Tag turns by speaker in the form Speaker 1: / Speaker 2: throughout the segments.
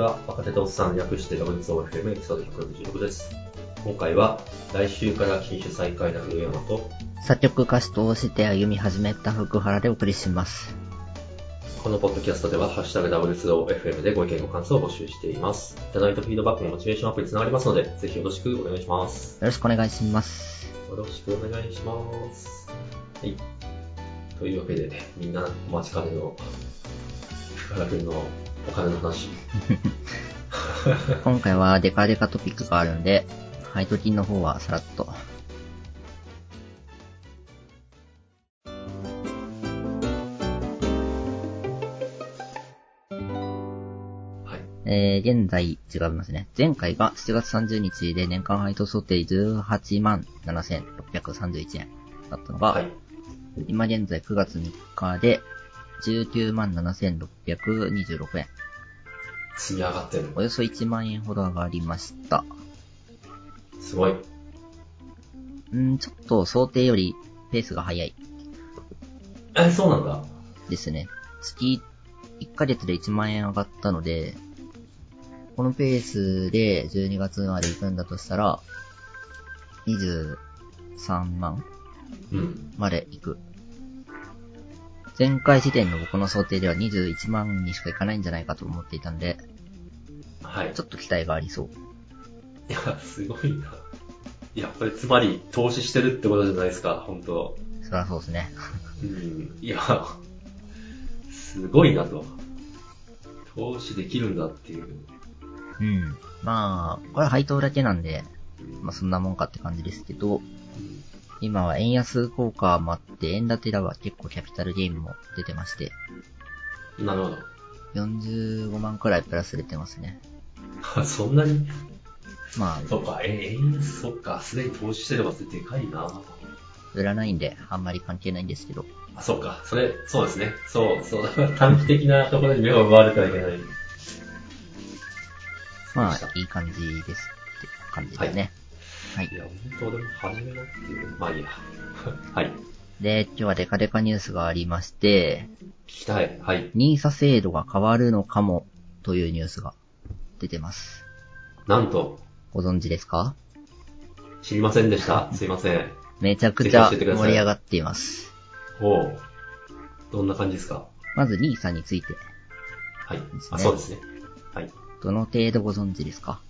Speaker 1: は若手とおっさん略して WSOFM エピソード166です。今回は来週から禁酒再開な古山と、
Speaker 2: 作曲家主をして歩み始めた福原でお送りします。
Speaker 1: このポッドキャストではハッシュタグ WSOFM でご意見ご感想を募集しています。いただいたフィードバックもモチベーションアップにつながりますので、ぜひよろしくお願いします。
Speaker 2: よろしくお願いします。
Speaker 1: よろしくお願いします。はい。というわけで、みんなお待ちかねの福原君のお金の話。
Speaker 2: 今回はデカデカトピックがあるんで、配当金の方はさらっと。
Speaker 1: はい。
Speaker 2: えー、現在違いますね。前回が7月30日で年間配当想定18万7631円だったのが、
Speaker 1: はい。
Speaker 2: 今現在9月3日で19万7626円。
Speaker 1: 積み上がってる。
Speaker 2: およそ1万円ほど上がりました。
Speaker 1: すごい。
Speaker 2: うん、ちょっと想定よりペースが早い
Speaker 1: え、そうなんだ。
Speaker 2: ですね。月1ヶ月で1万円上がったので、このペースで12月まで行くんだとしたら、23万
Speaker 1: うん。
Speaker 2: まで行く。前回時点の僕の想定では21万にしか行かないんじゃないかと思っていたんで、
Speaker 1: はい。
Speaker 2: ちょっと期待がありそう。
Speaker 1: いや、すごいな。やっぱり、つまり、投資してるってことじゃないですか、本当
Speaker 2: そりゃそうですね。
Speaker 1: うん。いや、すごいなと。投資できるんだっていう。
Speaker 2: うん。まあ、これは配当だけなんで、まあそんなもんかって感じですけど、今は円安効果もあって、円建てだは結構キャピタルゲインも出てまして、
Speaker 1: なるほど
Speaker 2: 45万くらいプラス出てますね。
Speaker 1: あ。 そんなに
Speaker 2: まあ、
Speaker 1: そうか、え、円安、そっか、すでに投資してればでかいな。
Speaker 2: 売らないんで、あんまり関係ないんですけど。
Speaker 1: あ、そうか、それ、そうですね。そう、そう、 短期的なところに目を奪われてはいけない。
Speaker 2: ま
Speaker 1: そう
Speaker 2: あ、いい感じですって感じですね。はい。
Speaker 1: いや、本当でも初めのっていう。まあいいや。 はい。
Speaker 2: で、今日はデカデカニュースがありまして、
Speaker 1: 聞きたい。はい。
Speaker 2: NISA 制度が変わるのかもというニュースが出てます。
Speaker 1: なんと、
Speaker 2: ご存知ですか
Speaker 1: 知りませんでした。すいません。
Speaker 2: めちゃくちゃ
Speaker 1: ぜひ教え
Speaker 2: 盛
Speaker 1: てください
Speaker 2: り上がっています。
Speaker 1: ほう。どんな感じですか
Speaker 2: まず NISA について、
Speaker 1: はい。
Speaker 2: すね
Speaker 1: あ、そうですね。はい。
Speaker 2: どの程度ご存知ですか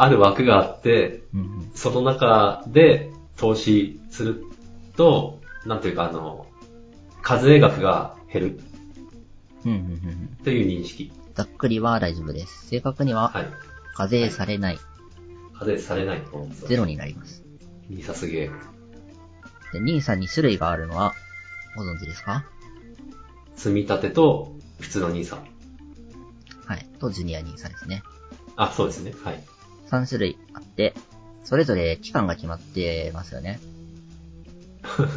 Speaker 1: ある枠があって、
Speaker 2: うんうん。
Speaker 1: その中で投資すると、なんていうかあの、課税額が減る
Speaker 2: うんうんうんうん。
Speaker 1: という認識。
Speaker 2: ざっくりは大丈夫です。正確に
Speaker 1: は
Speaker 2: は、
Speaker 1: い。
Speaker 2: 課税されない、
Speaker 1: 課税されない。
Speaker 2: ゼロになります。
Speaker 1: にさすげえ。
Speaker 2: で、NISA に種類があるのは、ご存知ですか
Speaker 1: 積み立てと普通の兄さん。
Speaker 2: はい。と、ジュニア NISA ですね。
Speaker 1: あ、そうですね。はい。
Speaker 2: 3種類あって、それぞれ期間が決まってますよね。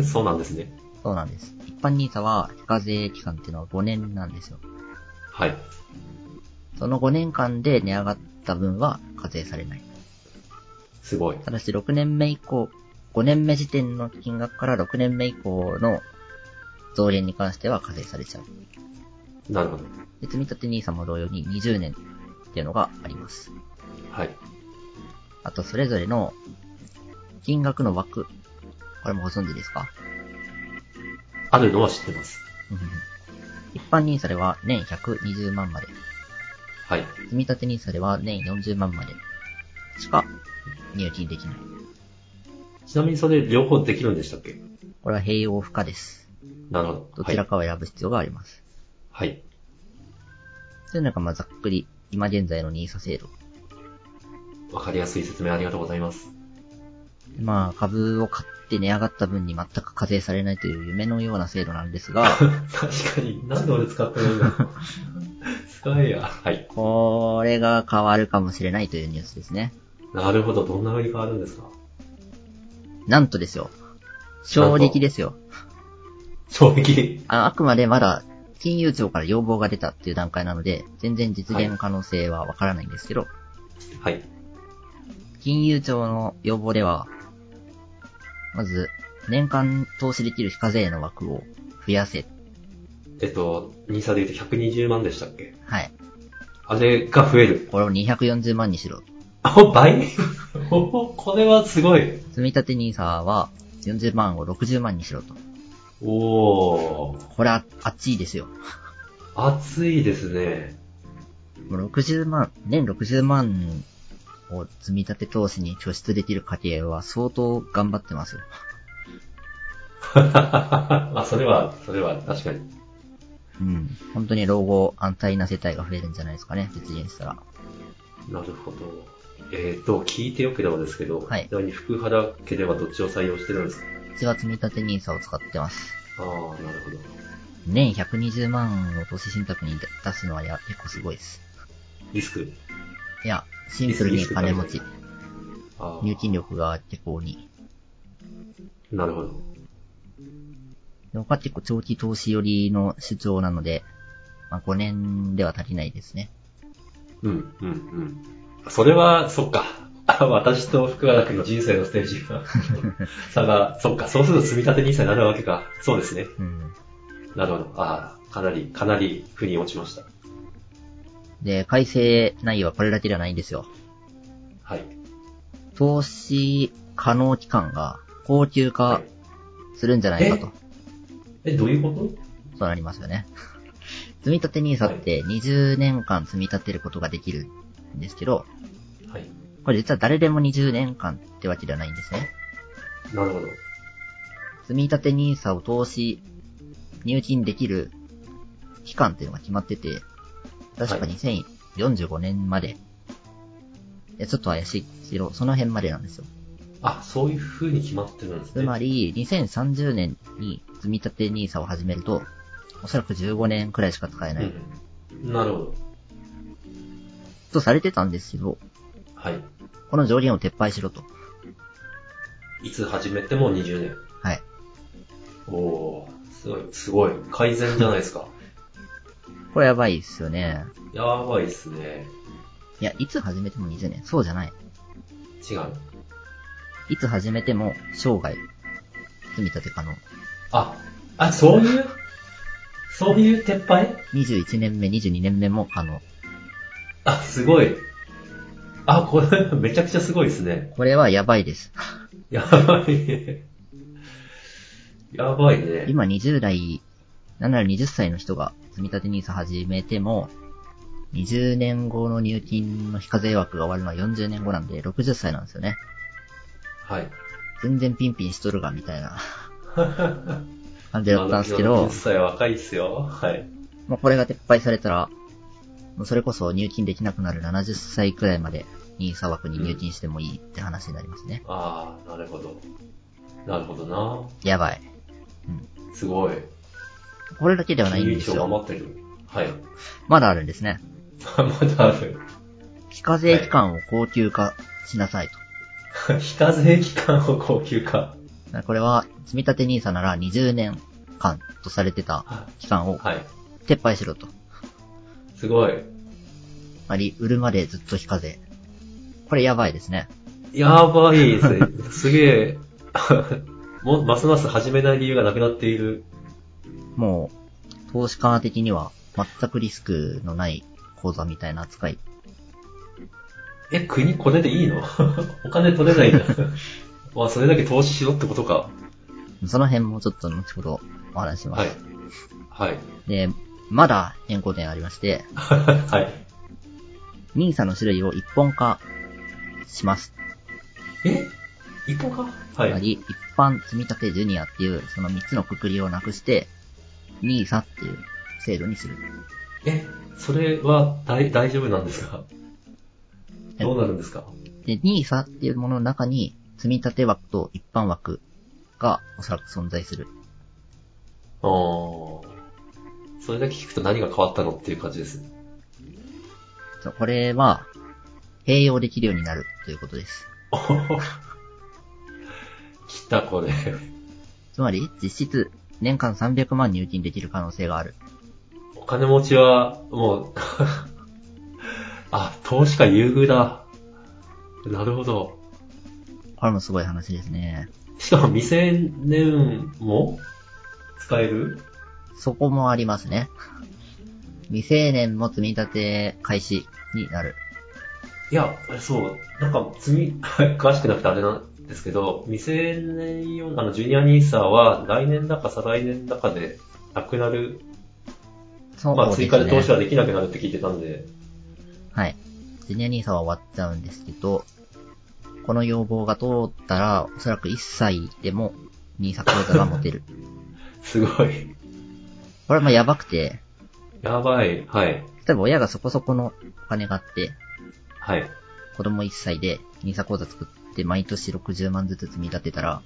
Speaker 1: そうなんですね。
Speaker 2: そうなんです。一般 NISA は、非課税期間っていうのは5年なんですよ。
Speaker 1: はい。
Speaker 2: その5年間で値上がった分は課税されない。
Speaker 1: すごい。
Speaker 2: ただし6年目以降、5年目時点の金額から6年目以降の増減に関しては課税されちゃう。
Speaker 1: なるほど。
Speaker 2: で、積み立て NISA も同様に20年っていうのがあります。
Speaker 1: はい。
Speaker 2: あと、それぞれの金額の枠。これもご存知ですか
Speaker 1: あるのは知ってます。
Speaker 2: 一般 NISA では年120万まで。
Speaker 1: はい。
Speaker 2: 積み立て NISA では年40万までしか入金できない。
Speaker 1: ちなみにそれ両方できるんでしたっけ
Speaker 2: これは併用不可です。
Speaker 1: なるほど。
Speaker 2: どちらかを選ぶ必要があります。
Speaker 1: はい。はい。
Speaker 2: というのが、まあ、ざっくり、今現在の NISA 制度。
Speaker 1: わ、かりやすい説明ありがとうござい ます。
Speaker 2: まあ、株を買って値上がった分に全く課税されないという夢のような制度なんですが、
Speaker 1: 確かに、なんで俺使ってないんだ ろう使えや。はい。
Speaker 2: これが変わるかもしれないというニュースですね。
Speaker 1: なるほど。どんな風に変わるんですか
Speaker 2: なんとですよ。衝撃ですよ。
Speaker 1: 衝撃。
Speaker 2: ああくまでまだ、金融庁から要望が出たっていう段階なので、全然実現可能性はわからないんですけど、
Speaker 1: はい。
Speaker 2: 金融庁の要望では、まず、年間投資できる非課税の枠を増やせっ
Speaker 1: えっと、ニーサで言うと120万でしたっけ
Speaker 2: はい。
Speaker 1: あれが増える。
Speaker 2: これを240万にしろ。
Speaker 1: あ、 倍おこれはすごい。
Speaker 2: 積み立て NISA は40万を60万にしろと。
Speaker 1: おー、
Speaker 2: これあ、あっちいですよ。
Speaker 1: 熱いです ね。
Speaker 2: もう60万、年60万を積み立て投資に拠出できる家計は相当頑張ってますよ。
Speaker 1: まあ、それは、それは確かに。
Speaker 2: うん。本当に老後安泰な世帯が増えるんじゃないですかね、実現したら。
Speaker 1: なるほど。えっ、と、聞いてよければですけど、
Speaker 2: はい
Speaker 1: ちなみに福原家ではどっちを採用してるんですか
Speaker 2: うちは積み立て NISA を使ってます。
Speaker 1: ああ、なるほど。
Speaker 2: 年120万を投資信託に出すのはや結構すごいです。
Speaker 1: リスク。
Speaker 2: いや、シンプルに金持ち。
Speaker 1: ああ
Speaker 2: 入金力が結構に。
Speaker 1: なるほど。
Speaker 2: で僕は結構長期投資寄りの主張なので、まあ5年では足りないですね。
Speaker 1: うん、うん、うん。それは、そっか。 あ私と福原君の人生のステージ が、差が、そっか、そうすると積み立て NISA になるわけか。そうですね。
Speaker 2: うん。
Speaker 1: なるほど。ああ、かなり、かなり、腑に落ちました。
Speaker 2: で、改正内容はこれだけではないんですよ。
Speaker 1: はい。
Speaker 2: 投資可能期間が高級化するんじゃないかと。
Speaker 1: え、どういうこと
Speaker 2: そうなりますよね。積立 NISA って20年間積み立てることができるんですけど、
Speaker 1: はい。
Speaker 2: これ実は誰でも20年間ってわけではないんですね。
Speaker 1: なるほど。
Speaker 2: 積み立て NISA を投資、入金できる期間っていうのが決まってて、確か
Speaker 1: はい
Speaker 2: 2045年まで。いや、ちょっと怪しいけど、その辺までなんですよ。
Speaker 1: あ、そういう風に決まってるんです
Speaker 2: つ
Speaker 1: ね。
Speaker 2: まり、2030年に積み立て NISA を始めると、おそらく15年くらいしか使えない。
Speaker 1: うん。なるほど。
Speaker 2: とされてたんですけど、
Speaker 1: はい。
Speaker 2: この上限を撤廃しろと。
Speaker 1: いつ始めても20年。
Speaker 2: はい。
Speaker 1: おおーすごい、すごい。改善じゃないですか。
Speaker 2: これやばいっすよね。
Speaker 1: やばいっすね。
Speaker 2: いや、いつ始めても20年。そうじゃない。
Speaker 1: 違う。
Speaker 2: いつ始めても生涯、積み立て可能。
Speaker 1: あ、あ、そういう、そういう撤廃
Speaker 2: 21年目、22年目も可能。
Speaker 1: あ、すごい。あ、これ、めちゃくちゃすごいですね。
Speaker 2: これはやばいです。
Speaker 1: やばい。やばいね。
Speaker 2: 今20代、なんなら20歳の人が積み立て NISA 始めても、20年後の入金の非課税枠が終わるのは40年後なんで、60歳なんですよね。
Speaker 1: はい。
Speaker 2: 全然ピンピンしとるが、みたいな感じだったんですけ
Speaker 1: まあ
Speaker 2: ど
Speaker 1: 実、際若いっすよ。はい。
Speaker 2: もうこれが撤廃されたら、もうそれこそ入金できなくなる70歳くらいまで NISA 枠に入金してもいいって話になりますね。
Speaker 1: ああ、なるほど。なるほどな。
Speaker 2: やばい。
Speaker 1: すごい。
Speaker 2: これだけではないん
Speaker 1: 金融
Speaker 2: です
Speaker 1: 庁頑
Speaker 2: よ。
Speaker 1: 張ってる。はい。
Speaker 2: まだあるんですね。
Speaker 1: まだある。
Speaker 2: 非課税期間を高級化しなさいと。
Speaker 1: 非課税期間を高級化。
Speaker 2: だからこれは、積立 NISA なら20年間とされてた期間を
Speaker 1: はい。
Speaker 2: 撤廃しろと。
Speaker 1: すごい。
Speaker 2: つまり、売るまでずっと非課税。これやばいですね。
Speaker 1: やばいですね。すげえ。 もう、ますます始めない理由がなくなっている。
Speaker 2: もう、投資家的には全くリスクのない口座みたいな扱い。
Speaker 1: え、国これでいいの お金取れないんだ。まあ、それだけ投資しろってことか。
Speaker 2: その辺もちょっと後ほどお話しします。
Speaker 1: はい。はい。
Speaker 2: で、まだ変更点ありまして、
Speaker 1: はい。
Speaker 2: NISA の種類を一本化します。
Speaker 1: え一個かは
Speaker 2: つま
Speaker 1: い。
Speaker 2: り、一般積み立てジュニアっていう、その3つのくくりをなくして、NISA っていう制度にする。
Speaker 1: え、それは大大丈夫なんですか
Speaker 2: え
Speaker 1: どうなるんですか
Speaker 2: で、NISA っていうものの中に、積み立て枠と一般枠がおそらく存在する。
Speaker 1: あー。それだけ聞くと何が変わったのっていう感じです。
Speaker 2: そうこれは、併用できるようになるということです。
Speaker 1: おほほ来た、これ。
Speaker 2: つまり、実質、年間300万入金できる可能性がある。
Speaker 1: お金持ちは、もう、 あ、投資家優遇だ。なるほど。
Speaker 2: これもすごい話ですね。
Speaker 1: しかも未成年も使える
Speaker 2: そこもありますね。未成年も積み立て開始になる。
Speaker 1: いや、そう、なんか、積み、 詳しくなくてあれなんですけど、未成年用、あの、ジュニアニーサーは、来年だか再来年だかで、なくなる、
Speaker 2: そう
Speaker 1: まあ、
Speaker 2: で
Speaker 1: 追
Speaker 2: す
Speaker 1: 加
Speaker 2: ね。
Speaker 1: で投資はできなくなるって聞いてたんで、
Speaker 2: はい。ジュニア兄さんは終わっちゃうんですけど、この要望が通ったら、おそらく1歳でも、兄さん口座が持 てる。
Speaker 1: すごい。
Speaker 2: これはまあやばくて、
Speaker 1: やばい。はい。
Speaker 2: 例えば親がそこそこのお金があって、
Speaker 1: はい。
Speaker 2: 子供1歳で NISA 口座作って毎年60万ずつ積み立てたら、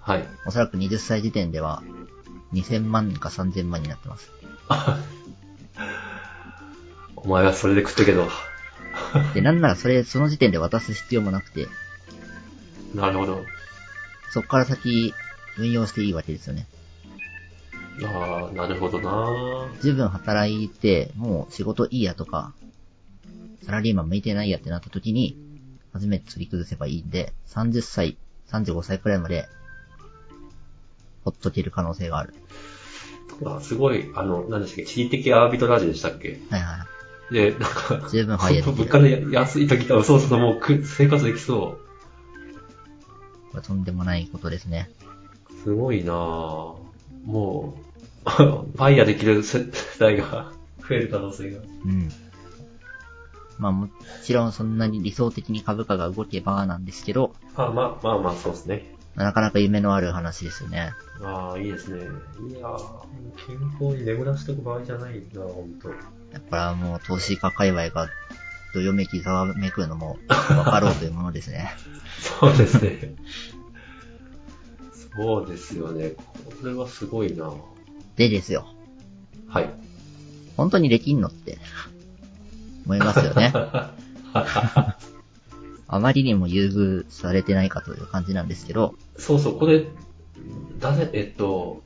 Speaker 1: はい。
Speaker 2: おそらく20歳時点では2000万か3000万になってます。
Speaker 1: お前はそれで食ってけど。
Speaker 2: で、なんならそれ、その時点で渡す必要もなくて、
Speaker 1: なるほど。
Speaker 2: そこから先運用していいわけですよね。
Speaker 1: ああ、なるほどな
Speaker 2: 十分働いて、もう仕事いいやとか、サラリーマン向いてないやってなった時に、初めて取り崩せばいいんで、30歳、35歳くらいまで、ほっとける可能性がある。
Speaker 1: あすごい、あの、何でしたっけ、地理的アービトラージでしたっけ
Speaker 2: はいはいはい。
Speaker 1: で、なんか、
Speaker 2: 十分反映でき
Speaker 1: 本
Speaker 2: る
Speaker 1: 当物価の安い時と、そうそう、もうく生活できそ
Speaker 2: これとんでもないことですね。
Speaker 1: う。すごいなぁ。もう、 あのファイヤーできる世代が 増える可能性が。
Speaker 2: うん。まあもちろんそんなに理想的に株価が動けばなんですけど、
Speaker 1: あまあまあまあ、そうですね。
Speaker 2: まあなかなか夢のある話ですよね。
Speaker 1: ああ、いいですね。いやぁ、健康に眠らしとく場合じゃないな、ほんと。
Speaker 2: やっぱもう投資家界隈がどよめきざわめくのも分かろうというものですね。
Speaker 1: そうですね。そうですよね。これはすごいなぁ。
Speaker 2: でですよ。
Speaker 1: はい。
Speaker 2: 本当にできんのって、思いますよね。あまりにも優遇されてないかという感じなんですけど、
Speaker 1: そうそう、これ、誰、えっと、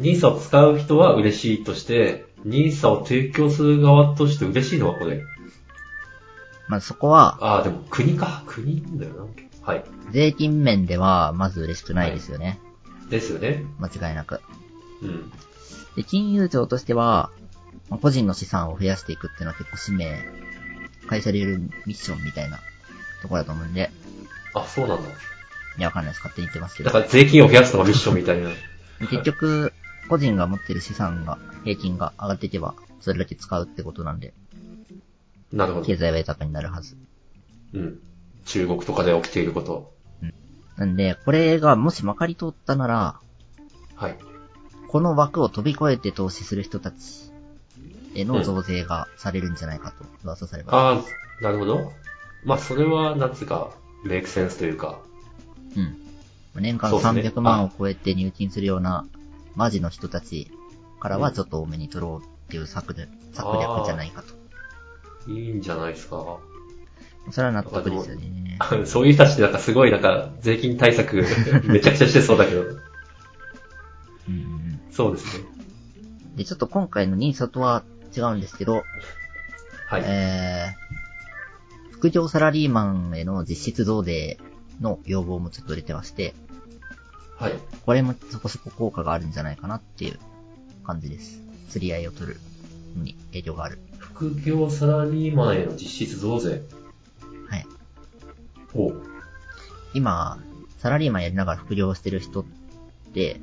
Speaker 1: NISA を使う人は嬉しいとして、NISA を提供する側として嬉しいのはこれ。
Speaker 2: まあそこは
Speaker 1: ああ、でも国か。国なんだよな。はい。
Speaker 2: 税金面ではまず嬉しくないですよね。
Speaker 1: ですよね。
Speaker 2: 間違いなく。
Speaker 1: うん。
Speaker 2: で、金融庁としては、まあ個人の資産を増やしていくっていうのは結構使命、会社でいるミッションみたいなところだと思うんで、
Speaker 1: あ、そうなんだ。
Speaker 2: いや、わかんないです。勝手に言ってますけ
Speaker 1: だ
Speaker 2: ど
Speaker 1: か。ら税金を増やすのがミッションみたいな。
Speaker 2: 結局、個人が持ってる資産が、平均が上がっていけば、それだけ使うってことなんで、
Speaker 1: なるほど
Speaker 2: 経。済は豊かになるはず。
Speaker 1: うん。中国とかで起きていること。
Speaker 2: なんで、これがもしまかり通ったなら、
Speaker 1: はい。
Speaker 2: この枠を飛び越えて投資する人たちへの増税がされるんじゃないかと噂されます。
Speaker 1: ああ、なるほど。まあ、それは、なんつうか、メイクセンスというか。
Speaker 2: うん。年間
Speaker 1: そうですね
Speaker 2: 300万を超えて入金するような、マジの人たちからはちょっと多めに取ろうっていう策で、策略じゃないかと。
Speaker 1: いいんじゃないですか。
Speaker 2: それは納得ですよね。
Speaker 1: そういう人たちってなんかすごいなんか税金対策 めちゃくちゃしてそうだけど。
Speaker 2: うんうん
Speaker 1: そうですね。
Speaker 2: うん。で、ちょっと今回の NISA とは違うんですけど、
Speaker 1: はい。
Speaker 2: えー、副業サラリーマンへの実質増税の要望もちょっと出てまして、
Speaker 1: はい。
Speaker 2: これもそこそこ効果があるんじゃないかなっていう感じです。釣り合いを取るのに影響がある。
Speaker 1: 副業サラリーマンへの実質増税。
Speaker 2: はい。
Speaker 1: おう
Speaker 2: 今、サラリーマンやりながら副業をしてる人って、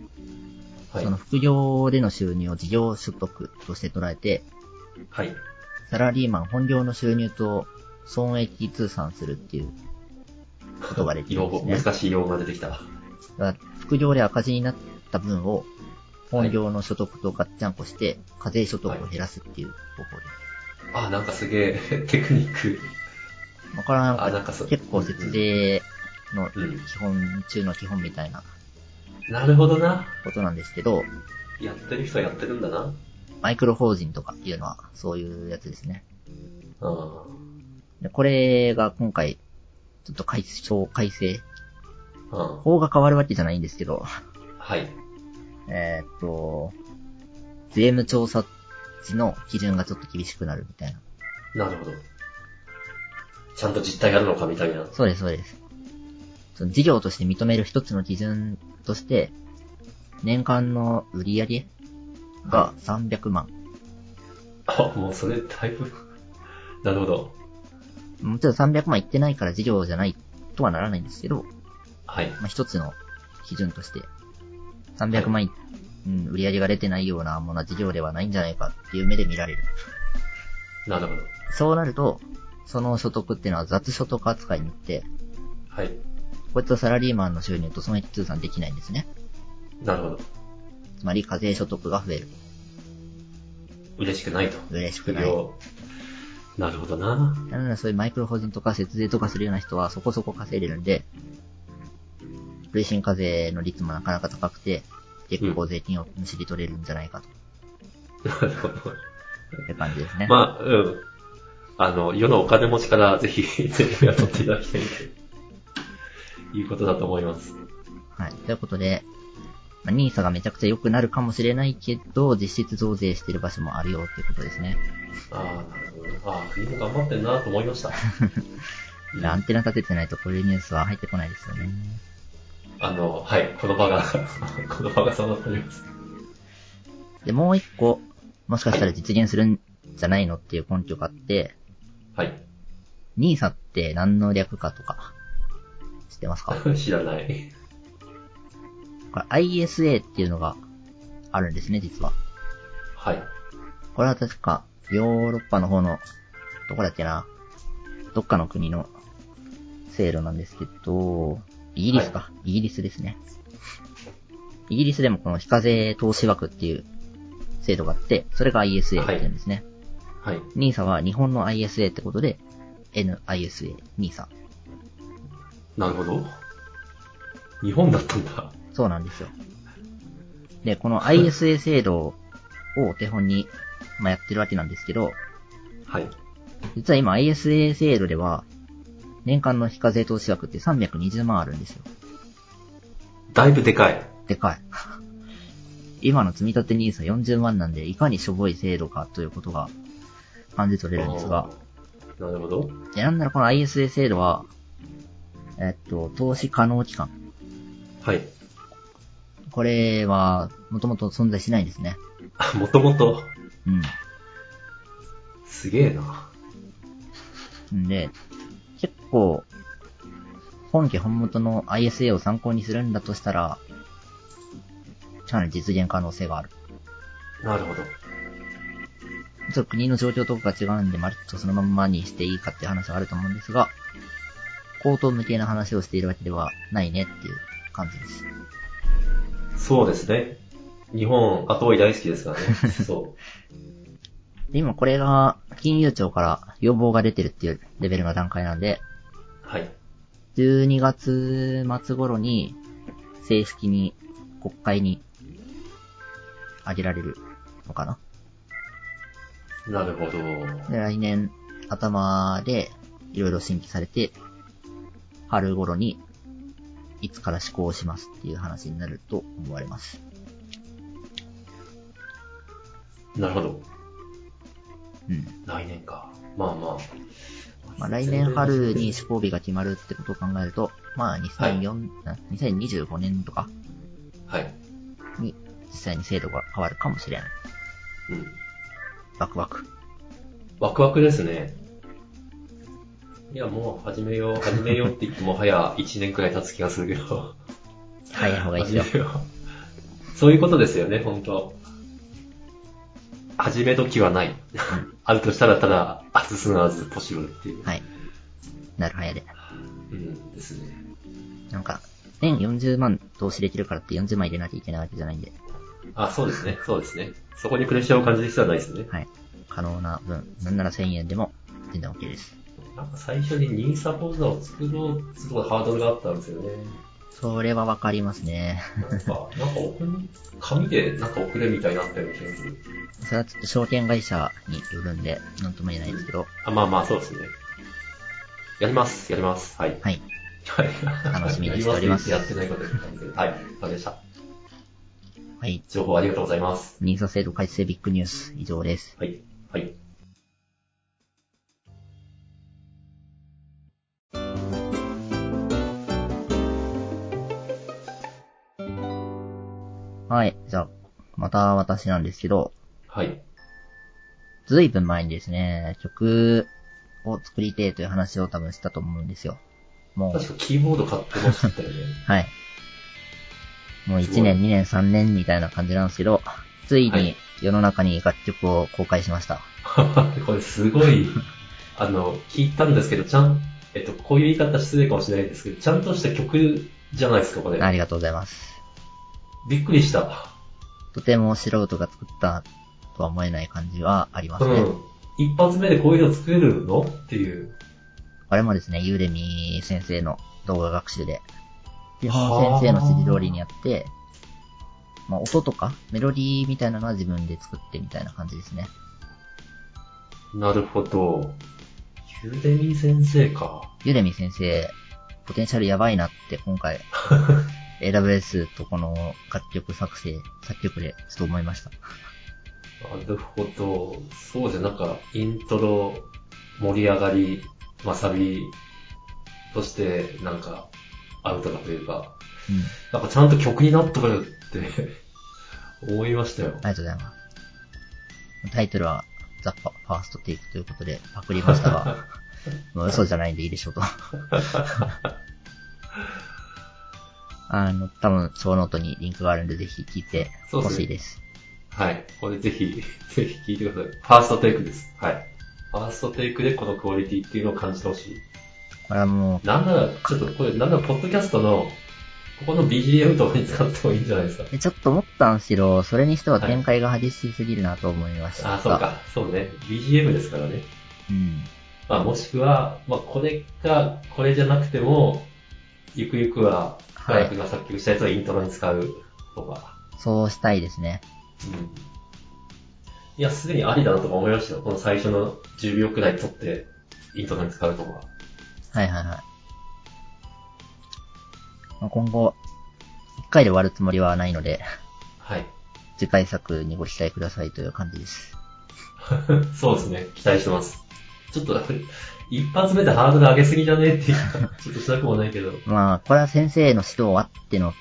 Speaker 1: はい
Speaker 2: そ。の副業での収入を事業所得として捉えて、
Speaker 1: はい。
Speaker 2: サラリーマン本業の収入と損益通算するっていうことができる
Speaker 1: 用
Speaker 2: んです
Speaker 1: 語、
Speaker 2: ね。
Speaker 1: 難しい用語が出てきた。
Speaker 2: だから副業で赤字になった分を本業の所得とガッチャンコして課税所得を減らすっていう方法で
Speaker 1: あ、なんかすげえ テクニック。
Speaker 2: す。まあこれはなんか
Speaker 1: あ、なんかそう。
Speaker 2: 結構節税の
Speaker 1: うん。
Speaker 2: 基本中の基本みたいな
Speaker 1: なるほどな。
Speaker 2: ことなんですけど、
Speaker 1: やってる人はやってるんだな。
Speaker 2: マイクロ法人とかっていうのはそういうやつですね。
Speaker 1: あ
Speaker 2: でこれが今回、ちょっと解消、改正。
Speaker 1: あ。うん。
Speaker 2: 法が変わるわけじゃないんですけど、
Speaker 1: はい。
Speaker 2: えーっと、税務調査時の基準がちょっと厳しくなるみたいな。
Speaker 1: なるほど。ちゃんと実態があるのかみたいな。
Speaker 2: そうです、そうです。その事業として認める一つの基準として、年間の売上が300万。
Speaker 1: あ、もうそれだいぶ、なるほど。
Speaker 2: もちろん300万いってないから事業じゃないとはならないんですけど、
Speaker 1: はい。
Speaker 2: まあ、一つの基準として、300万、うん、売り上げが出てないようなものは事業ではないんじゃないかっていう目で見られる。
Speaker 1: なるほど。
Speaker 2: そうなると、その所得っていうのは雑所得扱いになって、
Speaker 1: はい。
Speaker 2: こういったサラリーマンの収入と損益通算できないんですね。
Speaker 1: なるほど。
Speaker 2: つまり課税所得が増える。
Speaker 1: 嬉しくないと。
Speaker 2: 嬉しくない
Speaker 1: 副業なるほどな。
Speaker 2: なのでそういうマイクロ法人とか節税とかするような人はそこそこ稼いでるんで、累進課税の率もなかなか高くて、結構税金をむしり取れるんじゃないかと
Speaker 1: なるほど。
Speaker 2: いう感じですね。
Speaker 1: まあ、うん。あの、世のお金持ちからぜひ、ぜひ雇っていただきたいということだと思います。
Speaker 2: はい。ということで、まあ、ニーサがめちゃくちゃ良くなるかもしれないけど、実質増税してる場所もあるよっていうことですね。
Speaker 1: ああ、なるほどね。ああ、みんな頑張ってるなと思いました。
Speaker 2: いやアンテナ立て てないとこういうニュースは入ってこないですよね。
Speaker 1: あの、はい、この場が、この場がそうなっております。
Speaker 2: で、もう一個、もしかしたら実現するんじゃないのっていう根拠があって、
Speaker 1: はい。
Speaker 2: ニーサって何の略かとか、知ってますか
Speaker 1: 知らない。
Speaker 2: これ ISA っていうのがあるんですね、実は。
Speaker 1: はい。
Speaker 2: これは確か、ヨーロッパの方の、どこだっけな、どっかの国の制度なんですけど、イギリスか、イギリスですね。イギリスでもこの非課税投資枠っていう制度があって、それが ISA っていうんですね。
Speaker 1: はい。
Speaker 2: NISA は日本の ISA ってことで、NISA、NISA。
Speaker 1: なるほど。日本だったんだ。
Speaker 2: そうなんですよ。で、この ISA 制度をお手本に、まあ、やってるわけなんですけど、
Speaker 1: はい。
Speaker 2: 実は今 ISA 制度では、年間の非課税投資額って320万あるんですよ。
Speaker 1: だいぶでかい。
Speaker 2: でかい。 今の積み立て NISA40 万なんで、いかにしょぼい制度かということが感じ取れるんですが、
Speaker 1: あー。なるほど。
Speaker 2: で、なんならこの ISA 制度は、えっと、投資可能期間。
Speaker 1: はい。
Speaker 2: これは、もともと存在しないんですね。
Speaker 1: あ、もともと、
Speaker 2: うん。
Speaker 1: すげえな。
Speaker 2: んで、結構、本家本元の ISA を参考にするんだとしたら、かなり実現可能性がある。
Speaker 1: なるほど。
Speaker 2: ちょっと国の状況とかが違うんで、まるっとそのまんまにしていいかっていう話はあると思うんですが、口頭無形な話をしているわけではないねっていう感じです。
Speaker 1: そうですね。日本、後追い大好きです からね。そ
Speaker 2: で、今これが、金融庁から要望が出てるっていうレベルの段階なんで、
Speaker 1: う。はい。
Speaker 2: 12月末頃に、正式に国会に上げられるのかな
Speaker 1: なるほど。
Speaker 2: で、来年頭でいろいろ新規されて、春頃にいつから施行しますっていう話になると思われます。
Speaker 1: なるほど。
Speaker 2: うん。
Speaker 1: 来年か。まあま
Speaker 2: まあ、来年春に施行日が決まるってことを考えると、まあ2004、な2025年とか
Speaker 1: あ。はい。
Speaker 2: に実際に制度が変わるかもしれない。
Speaker 1: うん。
Speaker 2: ワクワク。
Speaker 1: ワクワクですね。いや、もう始めよう、始めようって言ってもはや1年くらい経つ気がするけど。
Speaker 2: 早い方がいいで すよ。
Speaker 1: 始めようそういうことですよね、本当始め時はない。あるとしたらただ、アズスナーズポシブルっていう。
Speaker 2: はい。なる早で。
Speaker 1: うんですね。
Speaker 2: なんか、年40万投資できるからって40万入れなきゃいけないわけじゃないんで、
Speaker 1: あ、そうですね、そうですね。そこにプレッシャーを感じる必要はないですね。
Speaker 2: はい。可能な分、なんなら1000円でも全然 OK です。
Speaker 1: なんか最初にニーサ講座を作ろうすごいハードルがあったんですよね。
Speaker 2: それはわかりますね。
Speaker 1: なんか、なんか送る、紙でなんか送れみたいになったような気がする。
Speaker 2: それはちょっと証券会社によるんで、なんとも言えないですけど、
Speaker 1: あ、まあまあ、そうですね。やります、やります。はい。
Speaker 2: はい。
Speaker 1: 楽
Speaker 2: しみにしております
Speaker 1: やってないことに関係ない。はい、わかりました。
Speaker 2: はい。
Speaker 1: 情報ありがとうございます。
Speaker 2: ニーサ制度改正ビッグニュース、以上です。
Speaker 1: はい。はい。
Speaker 2: はい。じゃあ、また私なんですけど、
Speaker 1: はい。
Speaker 2: ずいぶん前にですね、曲を作りてえという話を多分したと思うんですよ。もう、
Speaker 1: 確かキーボード買ってましたよね。
Speaker 2: はい。もう
Speaker 1: すごい
Speaker 2: 1年、2年、3年みたいな感じなんですけど、つい
Speaker 1: は
Speaker 2: に
Speaker 1: い
Speaker 2: 世の中に楽曲を公開しました。
Speaker 1: これすごい、あの、聞いたんですけど、ちゃん、えっと、こういう言い方失礼かもしれないですけど、ちゃんとした曲じゃないですか、これ。
Speaker 2: ありがとうございます。
Speaker 1: びっくりした。
Speaker 2: とても素人が作ったとは思えない感じはあります
Speaker 1: う
Speaker 2: ね。
Speaker 1: ん。一発目でこういうの作れるのっていう。
Speaker 2: これもですね、ユーレミ先生の動画学習で、基
Speaker 1: は
Speaker 2: 本
Speaker 1: あ
Speaker 2: 先生の指示通りにやって、まあ音とかメロディーみたいなのは自分で作ってみたいな感じですね。
Speaker 1: なるほど。ユーデミ先生か。
Speaker 2: ユーレミ先生、ポテンシャルやばいなって今回、AWS とこの楽曲作成、作曲でちょっと思いました。
Speaker 1: なるほど。そうじゃん、なんか、イントロ、盛り上がり、まあサビ、そして、なんか、アウトだというか、
Speaker 2: うん。
Speaker 1: なんかちゃんと曲になっとるって、 思いましたよ。
Speaker 2: ありがとうございます。タイトルは、ザ・ファーストテイクということで、パクりました が、もう嘘じゃないんでいいでしょうと。あの、多分、小ノートにリンクがあるんで、ぜひ聞いてほしいです。
Speaker 1: はい。これぜひ、 ぜひ聞いてください。ファーストテイクです。はい。ファーストテイクでこのクオリティっていうのを感じてほしい。
Speaker 2: これはも
Speaker 1: なんなら、ちょっとこれ、なんなら、ポッドキャストの、ここの BGM とかに使ってもいいんじゃないですか。
Speaker 2: う、ちょっと思ったんですけど、それにしては展開が激しすぎるなと思いました。
Speaker 1: あ、そう。か。そうね。BGM ですからね。
Speaker 2: うん。
Speaker 1: まあ、もしくは、まあ、これが、これじゃなくても、ゆくゆくは、
Speaker 2: は
Speaker 1: ガ
Speaker 2: い
Speaker 1: ラクが作曲したやつをイントロに使うとか。
Speaker 2: そうしたいですね。
Speaker 1: うん。いや、すでにありだなとか思いましたよ。この最初の10秒くらい取って、イントロに使うとか。
Speaker 2: はいはいはい。まあ、今後、一回で終わるつもりはないので、
Speaker 1: はい。
Speaker 2: 次回作にご期待くださいという感じです。
Speaker 1: そうですね。期待してます。ちょっと、一発目でハードル上げすぎじゃねえ っていうか、ちょっとしなくもないけど。
Speaker 2: まあ、これは先生の指導あっての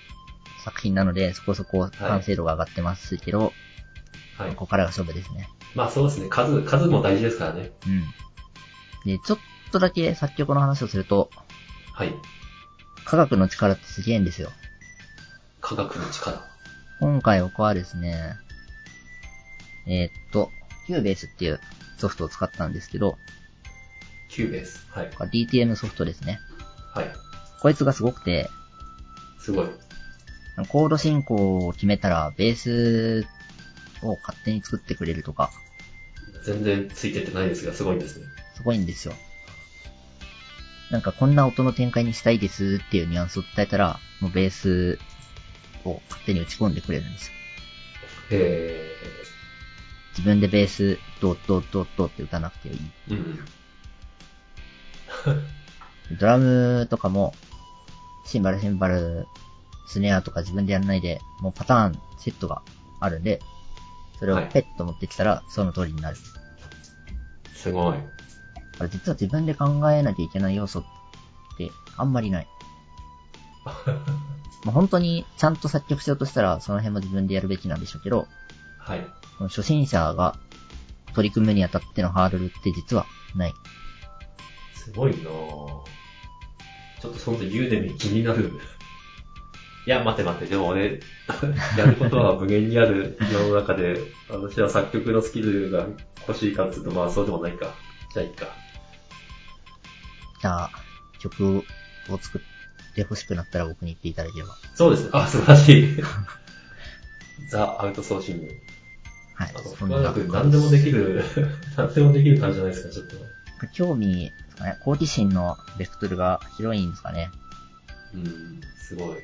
Speaker 2: 作品なので、そこそこ完成度が上がってますけど、
Speaker 1: は
Speaker 2: こ
Speaker 1: い。
Speaker 2: こからが勝負ですね。
Speaker 1: まあそうですね。数、数も大事ですからね。
Speaker 2: うん。で、ちょっとだけ作曲の話をすると、
Speaker 1: はい。
Speaker 2: 科学の力ってすげえんですよ。
Speaker 1: 科学の力。
Speaker 2: 今回僕はですね、えーっと、Cubase っていうソフトを使ったんですけど、
Speaker 1: キューベース。はい。
Speaker 2: これ DTM ソフトですね。
Speaker 1: はい。
Speaker 2: こいつがすごくて、
Speaker 1: すごい。
Speaker 2: コード進行を決めたら、ベースを勝手に作ってくれるとか、
Speaker 1: 全然ついてってないですが、すごいんですね。
Speaker 2: すごいんですよ。なんかこんな音の展開にしたいですっていうニュアンスを伝えたら、もうベースを勝手に打ち込んでくれるんですよ。
Speaker 1: へ
Speaker 2: 自分でベース、ドッドッドッドって打たなくていい。
Speaker 1: ー。うん。
Speaker 2: ドラムとかも、シンバル、シンバル、スネアとか自分でやらないで、もうパターン、セットがあるんで、それをペッと持ってきたら、その通りになる。
Speaker 1: すごい。
Speaker 2: だから実は自分で考えなきゃいけない要素ってあんまりない。まあ本当にちゃんと作曲しようとしたらその辺も自分でやるべきなんでしょうけど、
Speaker 1: はい。
Speaker 2: この初心者が取り組むにあたってのハードルって実はない。
Speaker 1: すごいなぁ。ちょっとそのユーデミ気になる。いや、待て待て、でも俺、 やることは無限にある世の中で、私は作曲のスキルが欲しいかっていうと、まあそうでもないか。じゃあいいか。
Speaker 2: じゃあ、曲を作って欲しくなったら僕に言っていただければ。
Speaker 1: そうですね。あ、素晴らしい。 ザ・アウトソーシング。
Speaker 2: はい
Speaker 1: あの、。
Speaker 2: そ
Speaker 1: 福
Speaker 2: ん
Speaker 1: 原
Speaker 2: な
Speaker 1: 君何
Speaker 2: 感じ
Speaker 1: でもでき る、何でもできる感じじゃないですか、ちょっと。
Speaker 2: 興味ですかね、好奇心のベクトルが広いんですかね。
Speaker 1: うん、すごい。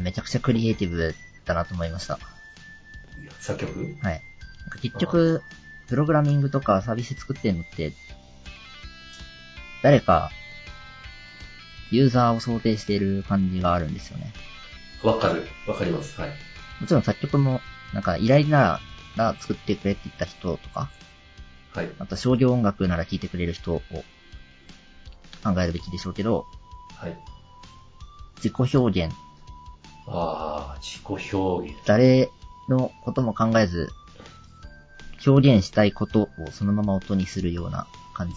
Speaker 2: めちゃくちゃクリエイティブだなと思いました。
Speaker 1: 作曲
Speaker 2: はい。なんか結局、プログラミングとかサービス作ってるのって、誰か、ユーザーを想定している感じがあるんですよね。
Speaker 1: わかる。わかります。はい。
Speaker 2: もちろん作曲も、なんか依頼なら作ってくれって言った人とか、
Speaker 1: はい。
Speaker 2: あと商業音楽なら聴いてくれる人を考えるべきでしょうけど、
Speaker 1: はい。
Speaker 2: 自己表現、
Speaker 1: ああ、自己表現。
Speaker 2: 誰のことも考えず、表現したいことをそのまま音にするような感じ。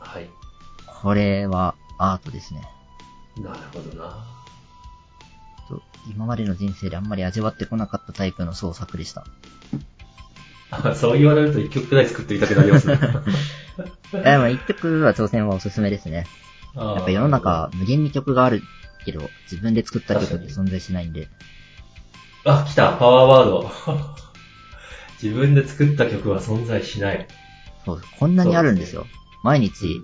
Speaker 1: はい。
Speaker 2: これはアートですね。
Speaker 1: なるほど な。
Speaker 2: ちょっと今までの人生であんまり味わってこなかったタイプの創作でした。
Speaker 1: あそう言われると一曲くらい作ってみたくなり ますね。
Speaker 2: えー、まあ一曲は挑戦はおすすめですね。
Speaker 1: や
Speaker 2: やっぱ世の中、無限に曲があるけど、自分で作った曲って存在しないんで。
Speaker 1: あ、来た、パワーワード。 自分で作った曲は存在しない。
Speaker 2: そう、こんなにあるんですよ。
Speaker 1: そ
Speaker 2: 毎日、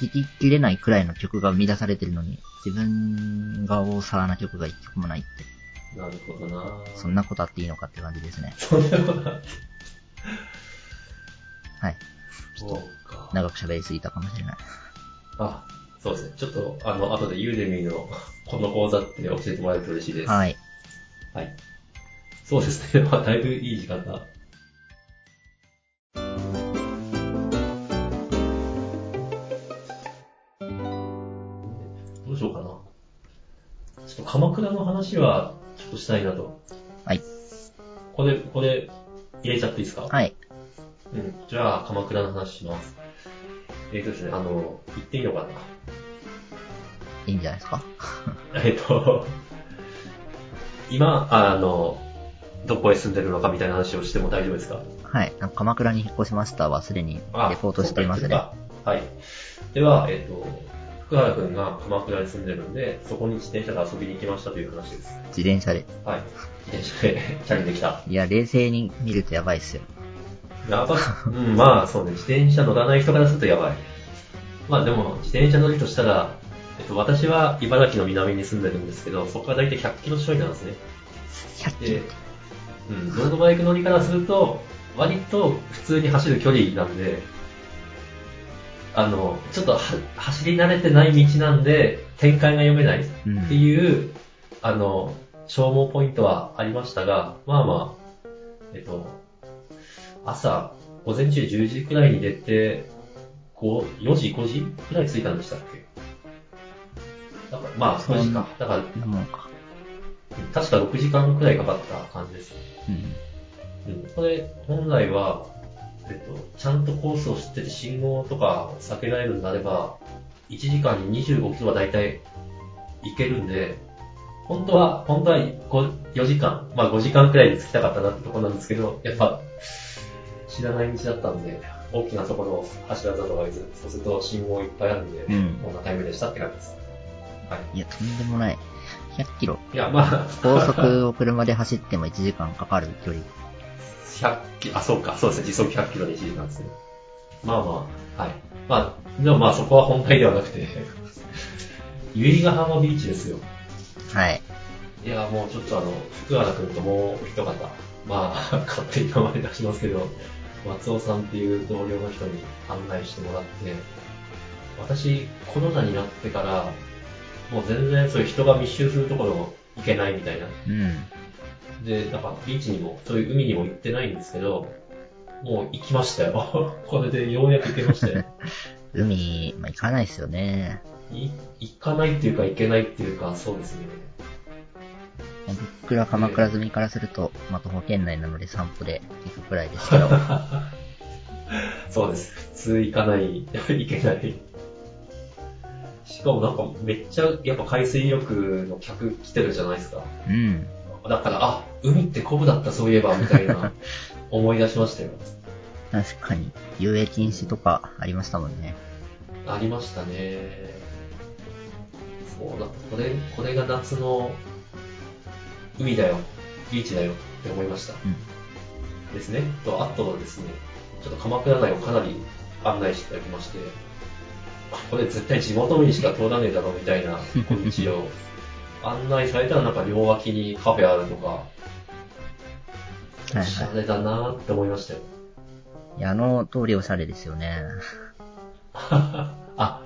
Speaker 2: 聴ききれないくらいの曲が生み出されてるのに、自分が大沢な曲が一曲もないって、
Speaker 1: なるほどな。
Speaker 2: そんなことあっていいのかって感じですね。
Speaker 1: そんなことあって
Speaker 2: はい。
Speaker 1: そうか。
Speaker 2: 長く喋りすぎたかもしれない。
Speaker 1: あ、そうですね。ちょっと、あの、後でユーデミーのこの講座って教えてもらえると嬉しいです。
Speaker 2: はい。
Speaker 1: はい。そうですね。ま あ、だいぶいい時間だ。どうしようかな。ちょっと鎌倉の話は、ちょっとしたいなと。
Speaker 2: はい。
Speaker 1: これ、これ、入れちゃっていいですか
Speaker 2: はい。
Speaker 1: うん。じゃあ、鎌倉の話します。えっ、とですね、あの、言っていいのかな。
Speaker 2: いいんじゃないですか。
Speaker 1: えっと、今、あの、どこへ住んでるのかみたいな話をしても大丈夫ですか
Speaker 2: はい。なんか鎌倉に引っ越しましたはすでにレ
Speaker 1: あ
Speaker 2: ポートしていますね。
Speaker 1: そうかはい。では、えっ、と、福原くんが鎌倉に住んでるんで、そこに自転車で遊びに行きましたという話です。
Speaker 2: 自転車で。
Speaker 1: はい。自転車でチャレンジできた。
Speaker 2: いや、冷静に見るとやばいっすよ。
Speaker 1: やば、うん、まあそうね、自転車乗らない人からするとやばい。まあでも、自転車乗りとしたら、えっと、私は茨城の南に住んでるんですけど、そこから大体100キロちょいなんですね。
Speaker 2: 100キロ
Speaker 1: で、うん、ロードバイク乗りからすると、割と普通に走る距離なんで、あの、ちょっとは走り慣れてない道なんで、展開が読めないっていう、あの、消耗ポイントはありましたが、まあまあ、えっと、朝、午前中10時くらいに出て、こう4時、5時くらい着いたんでしたっけだからまあ、
Speaker 2: そう
Speaker 1: 5時か。だから、
Speaker 2: なもんか。
Speaker 1: 確か6時間くらいかかった感じです。
Speaker 2: うん。
Speaker 1: うん、これ、本来は、えっと、ちゃんとコースを知ってて信号とか避けられるんであれば、1時間に25キロは大体いけるんで、本当は、本当は5 4時間、まあ5時間くらいで着きたかったなってところなんですけど、やっぱ、知らない道だったんで、大きなところを走らざるを得ず、そうすると信号いっぱいあるんで、
Speaker 2: うん
Speaker 1: こんなタイムでしたって感じです。はい
Speaker 2: や、とんでもない。100キロ。
Speaker 1: い。いや、まあ、
Speaker 2: 高速を車で走っても1時間かかる距離。
Speaker 1: 100キロ、あ、そうか、そうですね、時速100キロで1時間ですね。まあまあ、はい。まあ、でもまあそこは本題ではなくて、 由比ヶ浜ビーチですよ。
Speaker 2: はい。
Speaker 1: いや、もうちょっとあの、福原くんともう一方、まあ、 勝手に名前出しますけど、松尾さんっていう同僚の人に案内してもらって、私、コロナになってから、もう全然そういう人が密集するところも行けないみたいな。
Speaker 2: うん。
Speaker 1: で、なんかビーチにも、そういう海にも行ってないんですけど、もう行きましたよ。 これでようやく行けましたよ。
Speaker 2: 海、まあ、行かないっすよね。
Speaker 1: い行かないっていうか行けないっていうか、そうですね。
Speaker 2: 僕ら鎌倉済みからすると、まあ、徒歩圏内なので散歩で行くくらいですけ ど。
Speaker 1: そうです。普通行かない、 行けない。しかもなんかめっちゃやっぱ海水浴の客来てるじゃないですか。
Speaker 2: うん。
Speaker 1: だから、あ、海ってコブだったそういえばみたいな思い出しましたよ。
Speaker 2: 確かに、遊泳禁止とかありましたもんね。
Speaker 1: ありましたね。そうだ、これ、これが夏の海だよ、ビーチだよって思いました。
Speaker 2: うん。
Speaker 1: ですね。と、あとですね、ちょっと鎌倉内をかなり案内していただきまして、あこれ絶対地元民しか通らねえだろみたいな道を案内されたらなんか両脇にカフェあるとか、
Speaker 2: い
Speaker 1: お
Speaker 2: はい
Speaker 1: しゃれだなって思いましたよ。
Speaker 2: いや、あの通りおしゃれですよね。
Speaker 1: あ、あ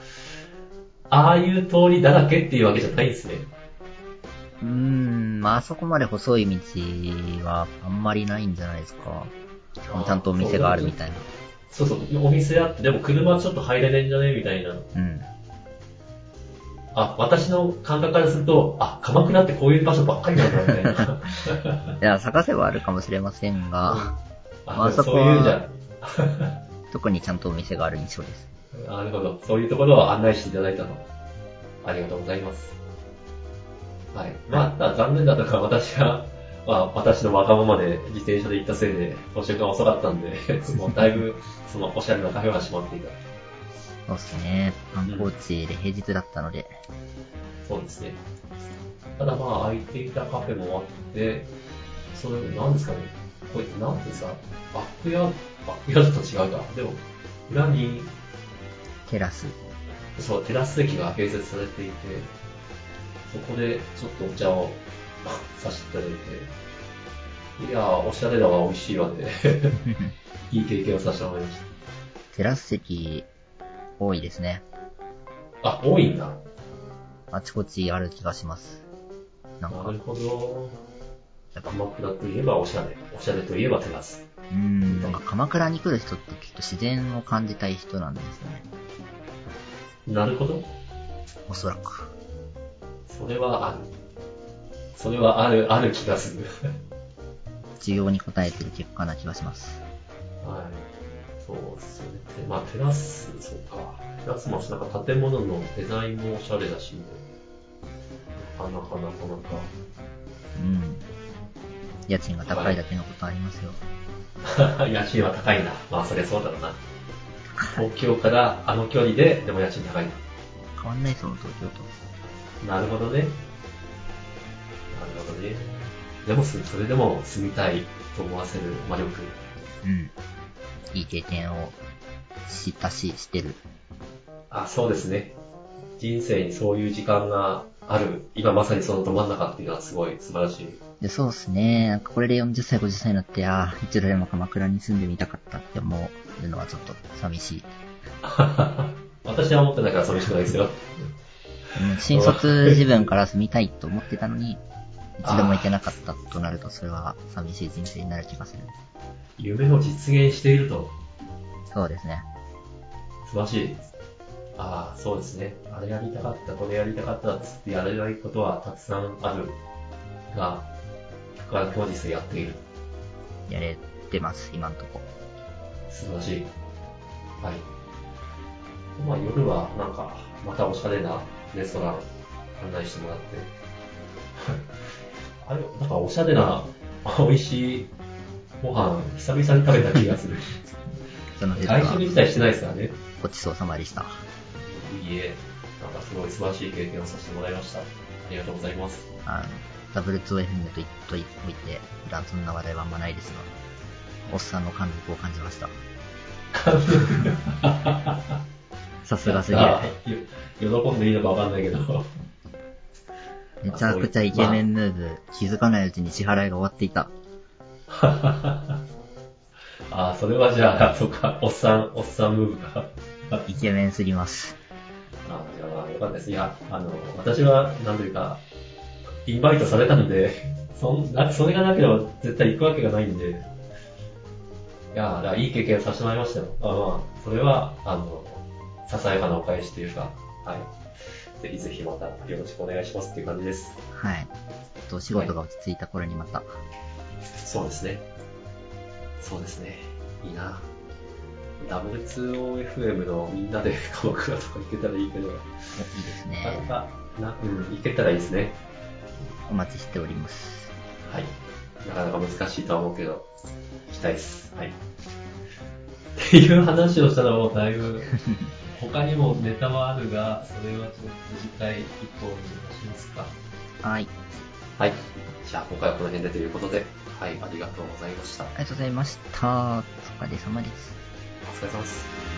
Speaker 1: あいう通りだらけっていうわけじゃないんですね。
Speaker 2: うーん、まあ、あそこまで細い道はあんまりないんじゃないですか。ちゃんとお店があるみたいな。
Speaker 1: そうそう、お店あって、でも車ちょっと入れねえんじゃねみたいな。
Speaker 2: うん。
Speaker 1: あ、私の感覚からすると、あ、鎌倉ってこういう場所ばっかりなんだみたいな。
Speaker 2: いや、探せばあるかもしれませんが、
Speaker 1: あ、
Speaker 2: あそ
Speaker 1: そ
Speaker 2: こ
Speaker 1: う
Speaker 2: は
Speaker 1: いうじゃ
Speaker 2: 特にちゃんとお店がある印象です。
Speaker 1: あなるほど。そういうところを案内していただいたの。ありがとうございます。はい。まあ、ただ残念だったのが私が、まあ、私の若ままで自転車で行ったせいで、5週間遅かったんで、 もうだいぶ、そのおしゃれなカフェは閉まっていた。
Speaker 2: そうですね。観光地で平日だったので、
Speaker 1: そうですね。ただまあ、空いていたカフェもあって、それ、なんですかね、これ、なんていうんですか、バックヤード、バックヤードと違うか。でも、裏に、
Speaker 2: テラス。
Speaker 1: そう、テラス席が併設されていて、そこでちょっとお茶を させていただいて、いやー、おしゃれだわ、美味しいわね。 いい経験をさせてもらいまし
Speaker 2: テラス席、多いですね。
Speaker 1: た。あ、多いんだ。
Speaker 2: あちこちある気がします。なん
Speaker 1: な
Speaker 2: か
Speaker 1: る、ほど。
Speaker 2: やっぱ、
Speaker 1: 鎌倉といえばおしゃれ、おしゃれといえばテラス。
Speaker 2: うん、なんか鎌倉に来る人ってきっと自然を感じたい人なんですね。
Speaker 1: なるほど。
Speaker 2: おそらく。
Speaker 1: それはある。それはある、ある気がする。
Speaker 2: 需要に応えてる結果な気がします。
Speaker 1: はい。そうですよね。てまあ、テラス、そうか。テラスもなんか建物のデザインもおしゃれだし、なかなかなかなか。
Speaker 2: うん。家賃が高いだけのことありますよ。
Speaker 1: 家賃は高いな。まあ、そりゃそうだろう な。東京からあの距離で、でも家賃高い
Speaker 2: 変わんないその東京と。
Speaker 1: な。なるほどね。なるほどね。でも、すそれでも住みたいと思わせる魔力。
Speaker 2: うん。いい経験をしたし、してる。
Speaker 1: あ、そうですね。人生にそういう時間がある。今まさにそのど真ん中っていうのはすごい素晴らしい。
Speaker 2: で、そうですね。なんかこれで40歳、50歳になって、ああ、一度でも鎌倉に住んでみたかったって思うのはちょっと寂しい。
Speaker 1: 私は思ってないから寂しくないですよ。
Speaker 2: うん新卒自分から住みたいと思ってたのに、一度も行けなかったとなると、それは寂しい人生になる気がする。
Speaker 1: 夢を実現していると、
Speaker 2: そうですね。
Speaker 1: 素晴らしい。ああ、そうですね。あれやりたかった、これやりたかったっつってやれないことはたくさんあるが、僕は後日やっている。
Speaker 2: やれてます、今んとこ。
Speaker 1: 素晴らしい。はい。まあ夜はなんか、またおしゃれなレストラン案内してもらって。 あれ、なんかおしゃれな、美味しいご飯、久々に食べた気がする。
Speaker 2: その節
Speaker 1: 外食
Speaker 2: は、
Speaker 1: 自体してないですからね。
Speaker 2: ごちそうさまでした。
Speaker 1: いいえ、なんかすごい素晴らしい経験をさせてもらいました。ありがとうございます。
Speaker 2: あの、ダブル 2FM と言っといて、普段そんな話題はあんまないですが、おっさんの貫禄を感じました。さすがすぎる。
Speaker 1: 喜んでいいのかわかんないけど。
Speaker 2: めちゃくちゃイケメンムーブ、気づかないうちに支払いが終わっていた。
Speaker 1: ああ、それはじゃあ、そっか、おっさん、おっさんムーブか。
Speaker 2: イケメンすぎます。
Speaker 1: あじゃあ、よかったです。いや、あの、私は、なんというか、インバイトされたんで、 そんな、それがなければ絶対行くわけがないんで、いや、だからいい経験をさせてもらいましたよ。あまあ、それは、あの、ささやかなお返しというか、はい。ぜひぜひまたよろしくお願いしますっていう感じです。
Speaker 2: はい。ちょっとお仕事が落ち着いた頃にまた。
Speaker 1: そうですね。そうですね。いいな。W2OFM のみんなで鎌倉とか行けたらいいけど、
Speaker 2: おいいです
Speaker 1: なかな
Speaker 2: ね。
Speaker 1: か、な、うん、行けたらいいですね。
Speaker 2: お待ちしております。
Speaker 1: はい。なかなか難しいとは思うけど、行きたいです。はい。っていう話をしたらもうだい ぶ、他にもネタはあるが、それはちょっと次回以降にしますか。
Speaker 2: はい。
Speaker 1: はい。じゃあ今回はこの辺でということで、はい、ありがとうございました。
Speaker 2: ありがとうございました。お疲れ様です。
Speaker 1: お疲れ様です。